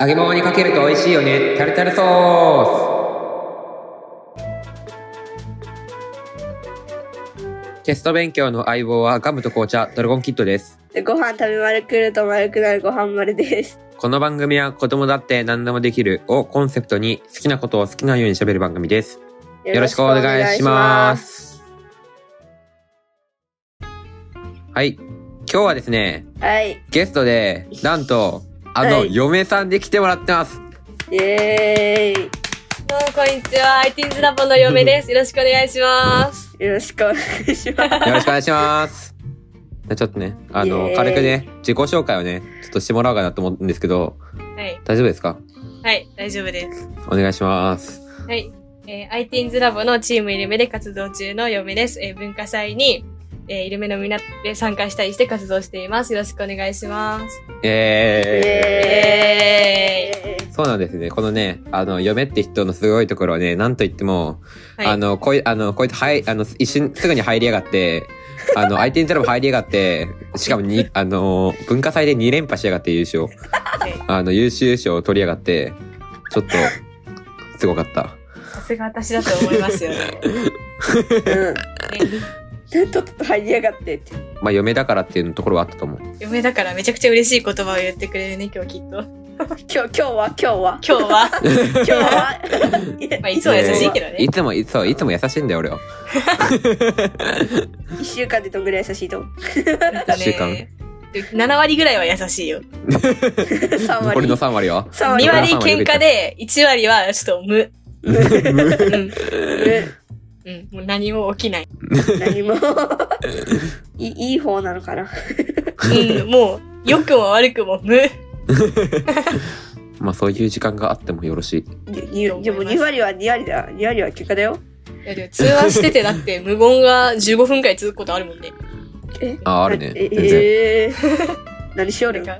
揚げ物にかけると美味しいよねタルタルソーステスト勉強の相棒はガムと紅茶ドラゴンキットですご飯食べ丸くると丸くなるご飯丸です。この番組は子供だって何でもできるをコンセプトに好きなことを好きなように喋る番組ですよろしくお願いしま。すはい今日はですねはい。ゲストでなんとあのはい嫁さんで来てもらってますイエーどうもこんにちは。IT's ラボの嫁です。よろしくお願いします。イ。よろしくお願いします。よろしくお願いします。ちょっとね、あのイエー、イ軽くね、自己紹介をね、ちょっとしてもらおうかなと思うんですけど、はい。大丈夫ですかはい。大丈夫です。お願いします。はい。えー、IT's ラボのチームイルメで活動中の嫁です。えー、文化祭に、えー、イルメのみんなで参加したりして活動しています。よろしくお願いします。えイエーイ。そうなんですね。このね、あの、嫁って人のすごいところはね、なんといっても、はい。あの、こうい、あの、こういった、はい、あの、一瞬、すぐに入りやがって、あの、相手にトラブ入りやがって、しかもに、あの、文化祭で2連覇しやがって優勝。はいあの、優秀賞を取りやがって、ちょっと、すごかった。さすが私だと思います よね。うん。ねなんとっとと入りやがってって。まあ、嫁だからっていうところはあったと思う。嫁だからめちゃくちゃ嬉しい言葉を言ってくれるね、今日きっ今と。日、今日は、今日は、今 日は、今日は。いや まあいつも優しいけどねいつも、いつも、いつも優しいんだよ、俺は。一週間でどんぐらい優しいと思うなんか一週間ね、7割ぐらいは優しいよ。三割。残りの3割は三割2は割喧嘩で、1割はちょっと 無。うん。うん、もう何も起きない。何もいい。いい方なのかな。うん、もう、良くも悪くも無。まあ、そういう時間があってもよろしい。ににでも2割は2割だ。2割は結果だよ。いやでも通話しててだって無言が15分くらい続くことあるもんね。ああ、あるね。え全然。えー何しよなるんんか、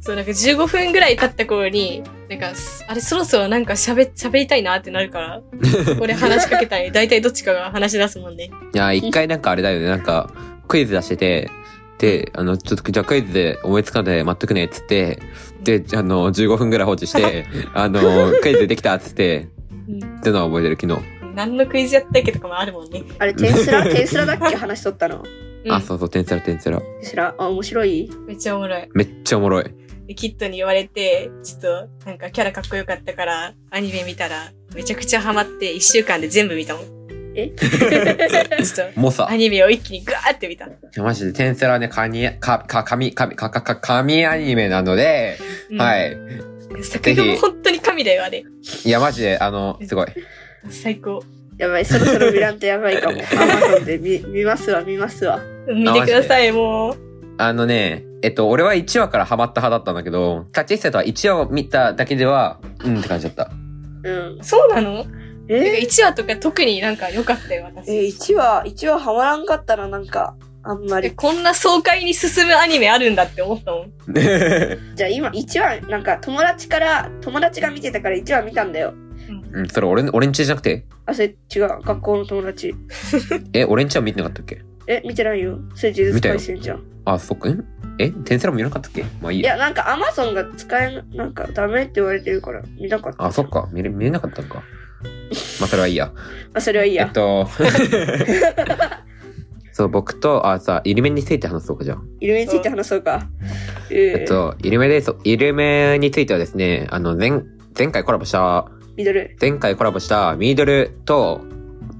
そう、なんか15分ぐらい経った頃に、なんか、すあれそろそろなんか喋、喋りたいなってなるから、そこで話しかけたり、大体どっちかが話し出すもんね。いや、一回なんかあれだよね。なんか、クイズ出してて、で、あの、ちょっと、じゃあクイズで思いつかんで待っとくね、っつって、で、あの、15分ぐらい放置して、 あの、クイズできた、っつって、うんってのは覚えてる、昨日。何のクイズやったっけとかもあるもんね。あれ、テ ンスラテンスラだっけ話しとったの。テうん、あ、そうそう、テンセラ、テンセラ。ンスラあ、面白いめっちゃおもろい。めっちゃおもろい。でキッドに言われて、ちょっと、なんかキャラかっこよかったから、アニメ見たら、めちゃくちゃハマって、1週間で全部見たもん。え ちょっと、もうさア、ニメを一気にガーって見た。いやマジで、テンセラはね、カニ、か、か、神、神、か、か、か、神アニメなので、うんはい。作画も本当に神だよ、あれ。いや、マジで、あの、すごい。最高。やばい、そろそろ見らんとやばいかも。アマゾンで見見ますわ、見ますわ。見てください、もう。あのね、えっと、俺は1話からハマった派だったんだけど、タッチセットは1話を見ただけでは、うんって感じだった。 うん。そうなのなんかえ1話とか特になんか良かったよ、え私。 1話、1話ハマらんかったらなんか、あんまえり。こんな爽快に進むアニメあるんだって思ったもん。じゃあ今、1話、なんか友達から、友達が見てたから1話見たんだよ。うん、それ俺の、俺んちじゃなくて、あ、それ違う、学校の友達。え、俺んちは見てなかったっけえ、見てないよ。それジェズスパイセンじゃん。あ、そっか、んえテンセラも見なかったっけまあいいいや。や、なんかアマゾンが使えん、なんかダメって言われてるから、見なかった。あ、そっか、見れ、見れなかったのか。まあそれはいいや。まあ、それはいいえやっ。 と、そう、僕と、あ、さ、イルメについて話そうか、じゃあ。イルメについて話そうか。ええっと、イルメで、そイルメについてはですね、あの、前、前回コラボした、ミドル。前回コラボしたミードルと、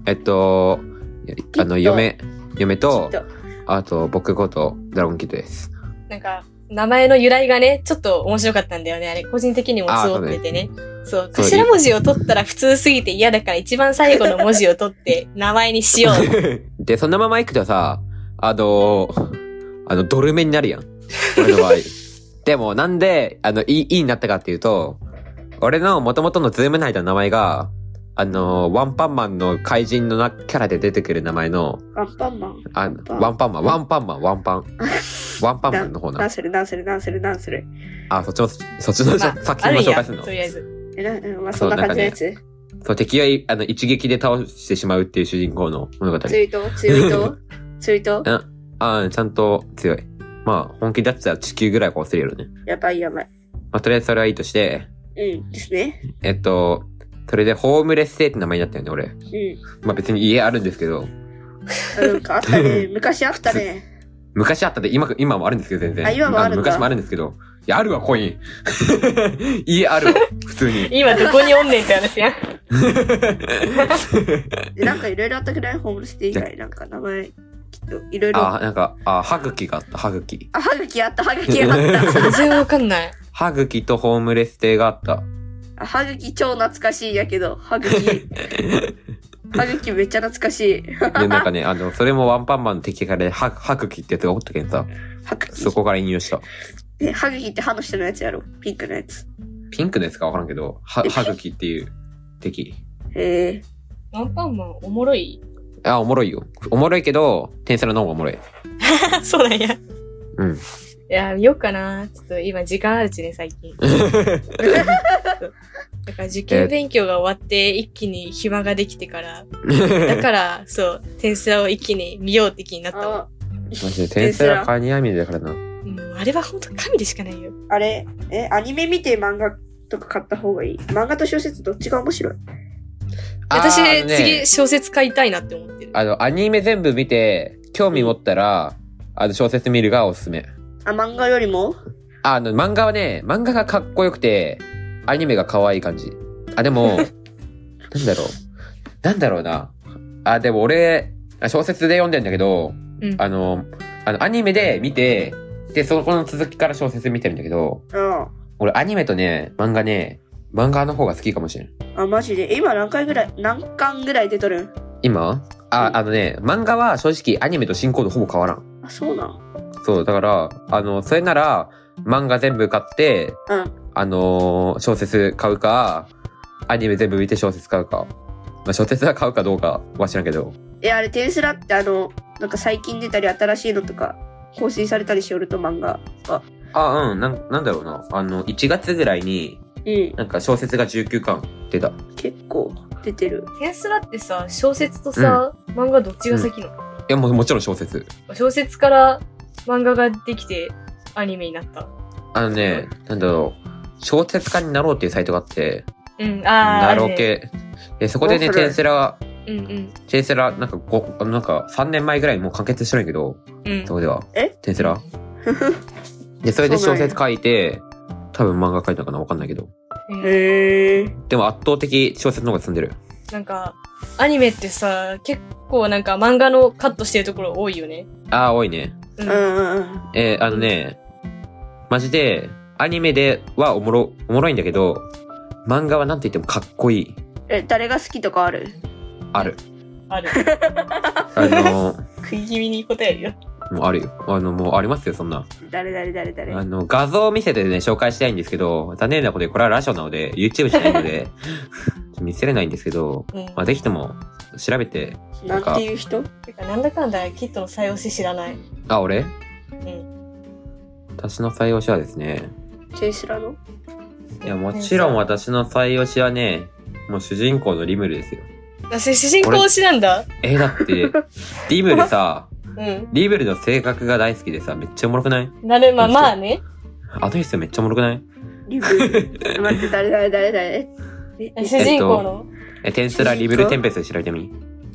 えっと、キッドあの、嫁、嫁ときっ、とあと、僕こと、ドラゴンキッドです。なんか、名前の由来がね、ちょっと面白かったんだよね。あれ、個人的にも通っててね。そう、そう頭文字を取ったら普通すぎて嫌だから一番最後の文字を 取って名前にしよう。で、そのまま行くとさ、あの、あの、ドルメになるやん。俺 の場合。でも、なんで、あの、いい、いになったかっていうと、俺の元々のズーム内の名前が、あの、ワンパンマンの怪人のなキャラで出てくる名前の、アンパンマン。あワンパンマン、ワンパンマン、ワン パン。ワンパンマンの方ダなン。スル、ダンスル、ダンスル、ダンスル。あ、そっちの、そっちのまあ作あ品もるん紹や、介するのと。りあえず。え、な、うんまあ、そそうんな感じのやつ。そう、敵をい、あの、一撃で倒してしまうっていう主人公の物語。強いと強 いと強いとああ、ちゃんと強い。まあ、本気出したら地球ぐらい壊せるよね。やばいやばい。まあ、とりあえずそれはいいとして、うん。ですね。えっと、それでホームレス生って名前になったよね、俺。うん。まあ、別に家あるんですけど、あなんかあった ね。昔あったね。昔あったで、今、今もあるんですけど、全然。あ今もあるんだ昔もあるんですけど。いや、あるわ、コイン。 家あるわ、普通に。今どこにおんねんって 話や。でなんかいろいろあったくらいホームレステ以外、なんか名前、きっといろいろ。あ、あ、なんか、あ、歯茎があった、歯茎。はぐきあった、はぐき あった。全然わかんない。歯茎とホームレス亭があった。あはぐき超懐かしいやけど、はぐ き。はぐきめっちゃ懐かしい。で、なんかね、あの、それもワンパンマンの敵から、歯歯茎ってやつがおったけんさ、はぐきそこから引用した。え、歯茎って歯の下のやつやろピンクのやつ。ピンクのやつかわからんけど、は歯茎っていう敵。へえ。ワンパンマンおもろいあ、おもろいよ。おもろいけど、天才の脳がおもろい。 そうなんや。いうん。や、見ようかな。ちょっと今時間あるうちね、最近。だから受験勉強が終わって一気に暇ができてから、だから、そう、天スラを一気に見ようって気になったあ、わ。マ ジで天才はカニアミだからな。うん、あれは本当神でしかないよ。あれ、え、アニメ見て漫画とか買った方がいい。漫画と小説どっちが面白い私、あーあのね次小説買いたいなって思ってる。あの、アニメ全部見て、興味持ったら、あの、小説見るがおすすめ。あ、漫画よりもあの、漫画はね、漫画がかっこよくて、アニメが可愛い感じ。あ、でも、なんだろう。なんだろうな。あ、でも俺、あ小説で読んでんだけど、うん。あの、あの、アニメで見て、で、そこの続きから小説見てるんだけど、うん。あ、俺アニメとね、漫画ね、漫画の方が好きかもしれん。マジで。え今何回ぐらい、何巻ぐらい出とるん今あ、あのね、漫画は正直アニメと進行度ほぼ変わらん。あ、そうなん。そう、だから、あの、それなら、漫画全部買って、うん。あのー小説買うか、アニメ全部見て小説買うか。まあ、小説は買うかどうかは知らんけど。え、あれ、テンスラってあの、なんか最近出たり新しいのとか、更新されたりしよると漫画が。あ、うん、なん、なんだろうな。あの、1月ぐらいに、うん。なんか小説が19巻出た。結構出てる。天スラってさ、小説とさ、漫画どっちが先なの、いや、もうもちろん小説。小説から漫画ができてアニメになった。あのね、なんだろう。小説家になろうっていうサイトがあって、うん、あー。なろうあるね。系。で、そこでね、おそれテンスラは、うんうん。テンスラ、なんかご、なんか3年前ぐらいにもう完結してるんやけど、うんそ。こでは。えテンス ラで、それでそう小なんや説書いて、多分漫画書いたのかなわかんないけど。うんへえ。でも圧倒的小説の方が進んでる。なんか、アニメってさ、結構なんか漫画のカットしてるところ多いよね。ああ、多いね。う。うんんうんうん。えー、あのね、マジで、アニメではおもろ、おもろいんだけど、漫画はなんて言ってもかっこいい。え、誰が好きとかあるある。ある。あのー、 食い気味に答えるよ。もうあるよ。あの、もうありますよ、そんな。誰誰誰誰あの、画像を見せてね、紹介したいんですけど、残念なことで、これはラジオなので、YouTube じゃないので、 見せれないんですけど、うん。まあ、ぜひとも、調べて、なんていう人てか、なんだかんだキットの最推し知らない。あ、俺うん。私の採用者はですね、テンスラのいや、もちろん私の採用者はね、もう主人公のリムルですよ。私、主人公推しなんだ。え、だって、リムルさ、うん。リムルの性格が大好きでさ、めっちゃおもろくないなるま、どうしたまあね。あの人めっちゃおもろくないリブ待って、誰誰誰誰え主人公の。え、テンスラリムルテンペストで調べてみうん。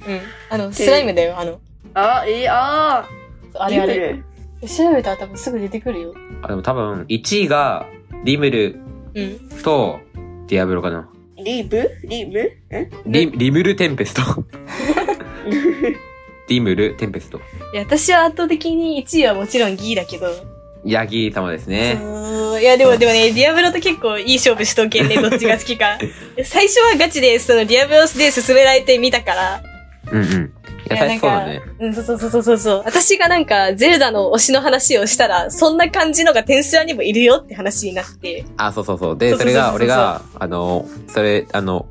あの、スライムだよ、あの。あ、え、あああれあリブれ。ル調べたら多分すぐ出てくるよ。あ、でも多分、1位が、リムルうん。と、ディアブロかな。リブリブえリ、リムルテンペス ト。リムルテンペスト。いや、私は圧倒的に1位はもちろんギーだけど。ヤギ様ですね。そういや、でも、でもね、ディアブロと結構いい勝負しとけん ね、どっちが好きか。最初はガチで、その、ディアブロで進められてみたから。うんうん。いや、最なん初そうかだね。うん、そうそうそうそうそう。私がなんか、ゼルダの推しの話をしたら、そんな感じのがテンスラにもいるよって話になって。あ、そうそうそう。そで、うそそうそれうそうが、俺が、あの、それ、あの、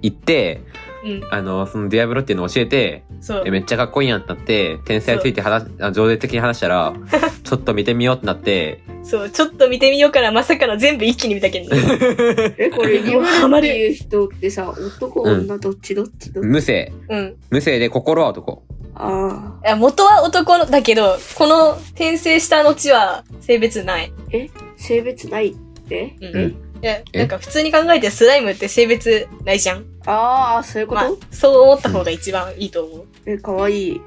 行って、うん、あの、そのディアブロっていうのを教えて、そう え。めっちゃかっこいいやんってなって、天才について話、あ情熱的に話したら、ちょっと見てみようってなって、そう、ちょっと見てみようから、まさかの全部一気に見たけ ど、ね。え、これリブルハマっるていう人ってさ、男、うん女、どっちどっちどっち無性。うん。無性で心は男。 ああ。いや元は男のだけど、この転生した後は性別ない。性別ないえうんうでえなんか普通に考えてスライムって性別ないじゃん。ああ、そういうこと、まあ、そう思った方が一番いいと思う。え、かわいい。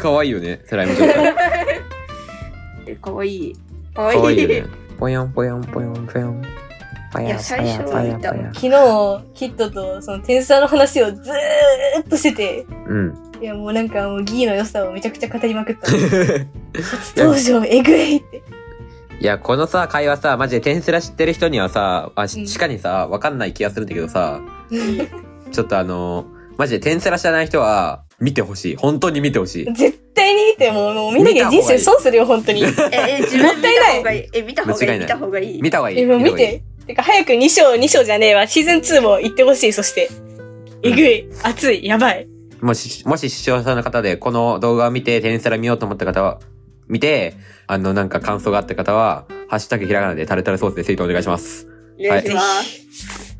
かわいいよね、スライム状態。え、かわいい。かわかわいいいよい。ね。ぽよんぽよんぽよんぽよん。ぽいや最初は見たん 昨日、キッドとその天才の話をずーっとしてて、 うん。いやもうなんかもうギーの良さをめちゃくちゃ語りまく った。初登場えぐいって。いや、このさ、会話さ、マジでテンスラ知ってる人にはさ、あ、うんしかにさ、わかんない気がするんだけどさ、ちょっとあのー、マジでテンスラ知らない人は、見てほしい。本当に見てほしい。絶対に見てもう、もう見なきゃ人生損するよ、本当 に。え、 え、自分見た方がいい。え、見た方が間違いいい。ない見た方がいい。見た方がいい。え、もう見た方がいい。て。てか早く2章、2章じゃねえわ。シーズン2も行ってほしい、そして。えぐい、熱い、やばい。もし、もし視聴者の方でこの動画を見て、テンスラ見ようと思った方は、見て、あの、なんか感想があった方は、ハッシュタグひらがなでタルタルソースでツイートお願いします。お願いします。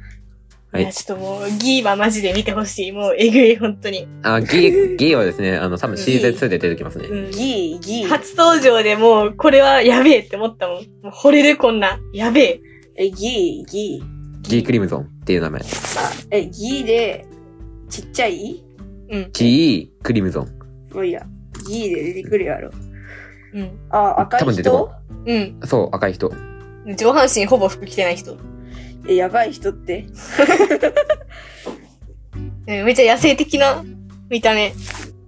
はいいや、ちょっともう、ギーはマジで見てほしい。もう、えぐい、本当に。あ、ギー、ギーはですね、あの、多分シーズン2で出てきますねう。ん。ギー、ギー。初登場でもう、これはやべえって思ったもん。もう惚れる、こんな。やべえ。え、ギー、ギー。ギークリムゾンっていう名前。あえ、ギーで、ちっちゃいうん。ギークリムゾン。もういいや。ギーで出てくるやろ。うん。あ、赤多い分出てこ人うん。そう、赤い人。上半身ほぼ服着てない人。うんえ、やばい人って。めっちゃ野生的な見た目。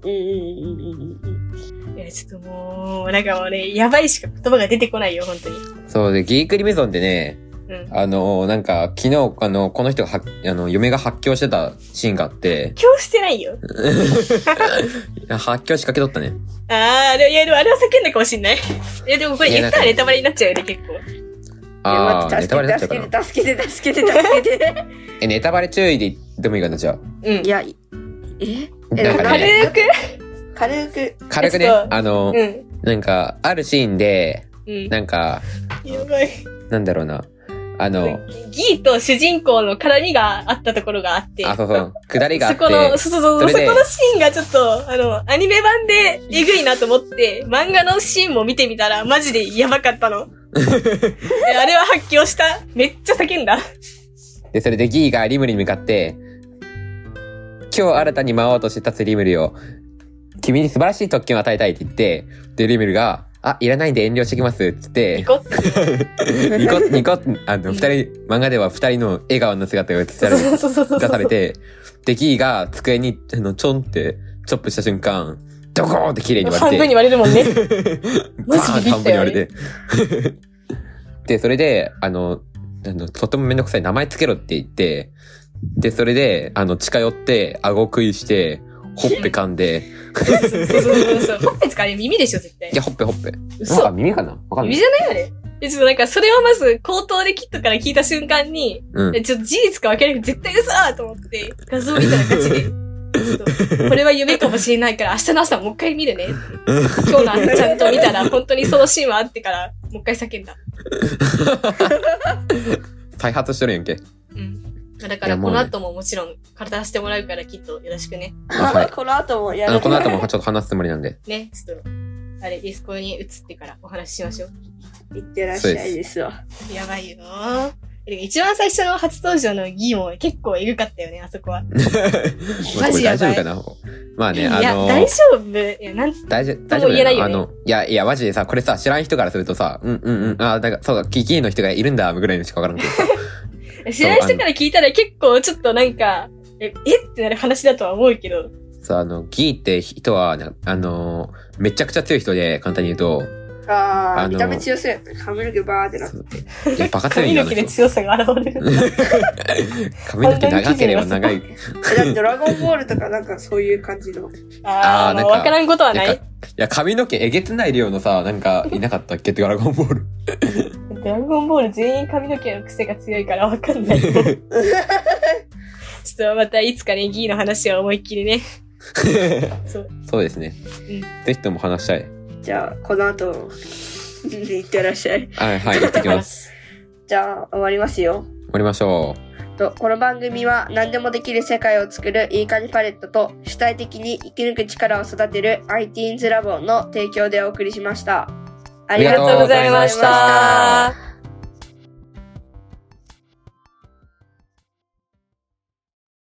うんうんうんうんうんうん。いや、ちょっともう、なんかもうね、やばいしか言葉が出てこないよ、本当に。そうで、ギークリムゾンってね、うん。あの、なんか、昨日、あの、この人がは、あの、嫁が発狂してたシーンがあって、今日してないよ。いや発狂しかけとったね。あー、でもいや、でもあれは叫んだかもしんない。いや、でもこれ言ったらネタバレになっちゃうよね、結構。あえー、ネタバレになっ待ちゃっうかなて、。助けて、助けて、助けて、助けて。え、ネタバレ注意で言ってもいいかな、じゃあ。うんい。や、いええなんか軽ね、く、軽く、軽くね、ちょっとあの、うん。なんか、あるシーンで、うん。なんか、やばい。なんだろうな、あの、ギーと主人公の絡みがあったところがあって。あ、そうそう、下りがあっそこの、て、そうそうそうそそれでこのシーンがちょっと、あの、アニメ版でえぐいなと思って、漫画のシーンも見てみたら、マジでやばかったの。えあれは発狂した。めっちゃ叫んだ。で、それでギーがリムルに向かって、今日新たに舞おうとして立つリムルよ、君に素晴らしい特権を与えたいって言って、で、リムルが、あ、いらないんで遠慮してきますって言って、ニコッニコニコあの、二人、漫画では二人の笑顔の姿が映しそ出されうそうそうそう出そされう。て、で、ギーが机に、あの、ちょんって、チョップした瞬間、ドコーンって綺麗に割半分れにて、割れるもんね。バマーンって半ジビビった分によ割ね。れて。で、それで、あの、あの、とてもめんどくさい名前つけろって言って、で、それで、あの、近寄って、顎食いして、ほっぺ噛んで、そうそうそうそう。ほっぺつかあれ耳でしょ、絶対いや、。ほっぺほっぺ。なんか嘘。耳かなわかんな耳い。じゃないあれ。えちょっとなんか、それをまず、口頭でキットから聞いた瞬間に、うん。えちょっと事実か分からなくて絶対嘘だと思って、画像見たらガ チで。ちょっとこれは夢かもしれないから、明日の朝もう一回見るね。今日の朝ちゃんと見たら、本当にそのシーンはあってから、もう一回叫んだ。再発しとるやんけ。うん。だいかやら、もこうねの後ももちろん、体出してもらうから、きっとよろしくね。あはいこの後もやあるの、この後もちょっと話すつもりなんで。ね、ちょっと、あれ、ディスコに移ってからお話ししましょう。いってらっしゃいですわ。やばいよー一番最初の初登場のギーも結構エグかったよね、あそこは。まあ、マこれジや大丈ばい夫かなまあね、いあや、の、大丈夫。いや、なん、大丈夫、大丈とも夫言だえないよ。よあねの、いや、いや、マジでさ、これさ、知らん人からするとさ、うんうんうん、あー、だから、そうだ、キキーの人がいるんだ、ぐらいのしかわからんけどさ。知らない人から聞いたら結構ちょっとなんか、え、えってなる話だとは思うけど。そう、あの、ギーって人はな、あの、めちゃくちゃ強い人で、簡単に言うと、ああのあ、見た目強そうやった。髪の毛バーってなって。いや、バカ強い髪んだよ、の毛あでの人強さが現 れる。髪の毛長ければ長い。えだってドラゴンボールとかなんかそういう感じの。ああーなあ、まんあ、かわからんことはななんいか。いや、髪の毛えげつない量のさ、なんか、いなかったっけってドラゴンボール。ドラゴンボール全員髪の毛の癖が強いからわか んない。ちょっとまたいつかね、ギーの話は思いっきりね。そう。そうですね。んぜひとも話したい。じゃあ、この後もいってらっしゃい。はい、はい、行ってき ます。じゃあ、終わりますよ。終わりましょとこの番組は何でもできる世界を作るいい感じパレットと主体的に生き抜く力を育てる iTeens ラボの提供でお送りしました。ありがとうございましたりがとうございました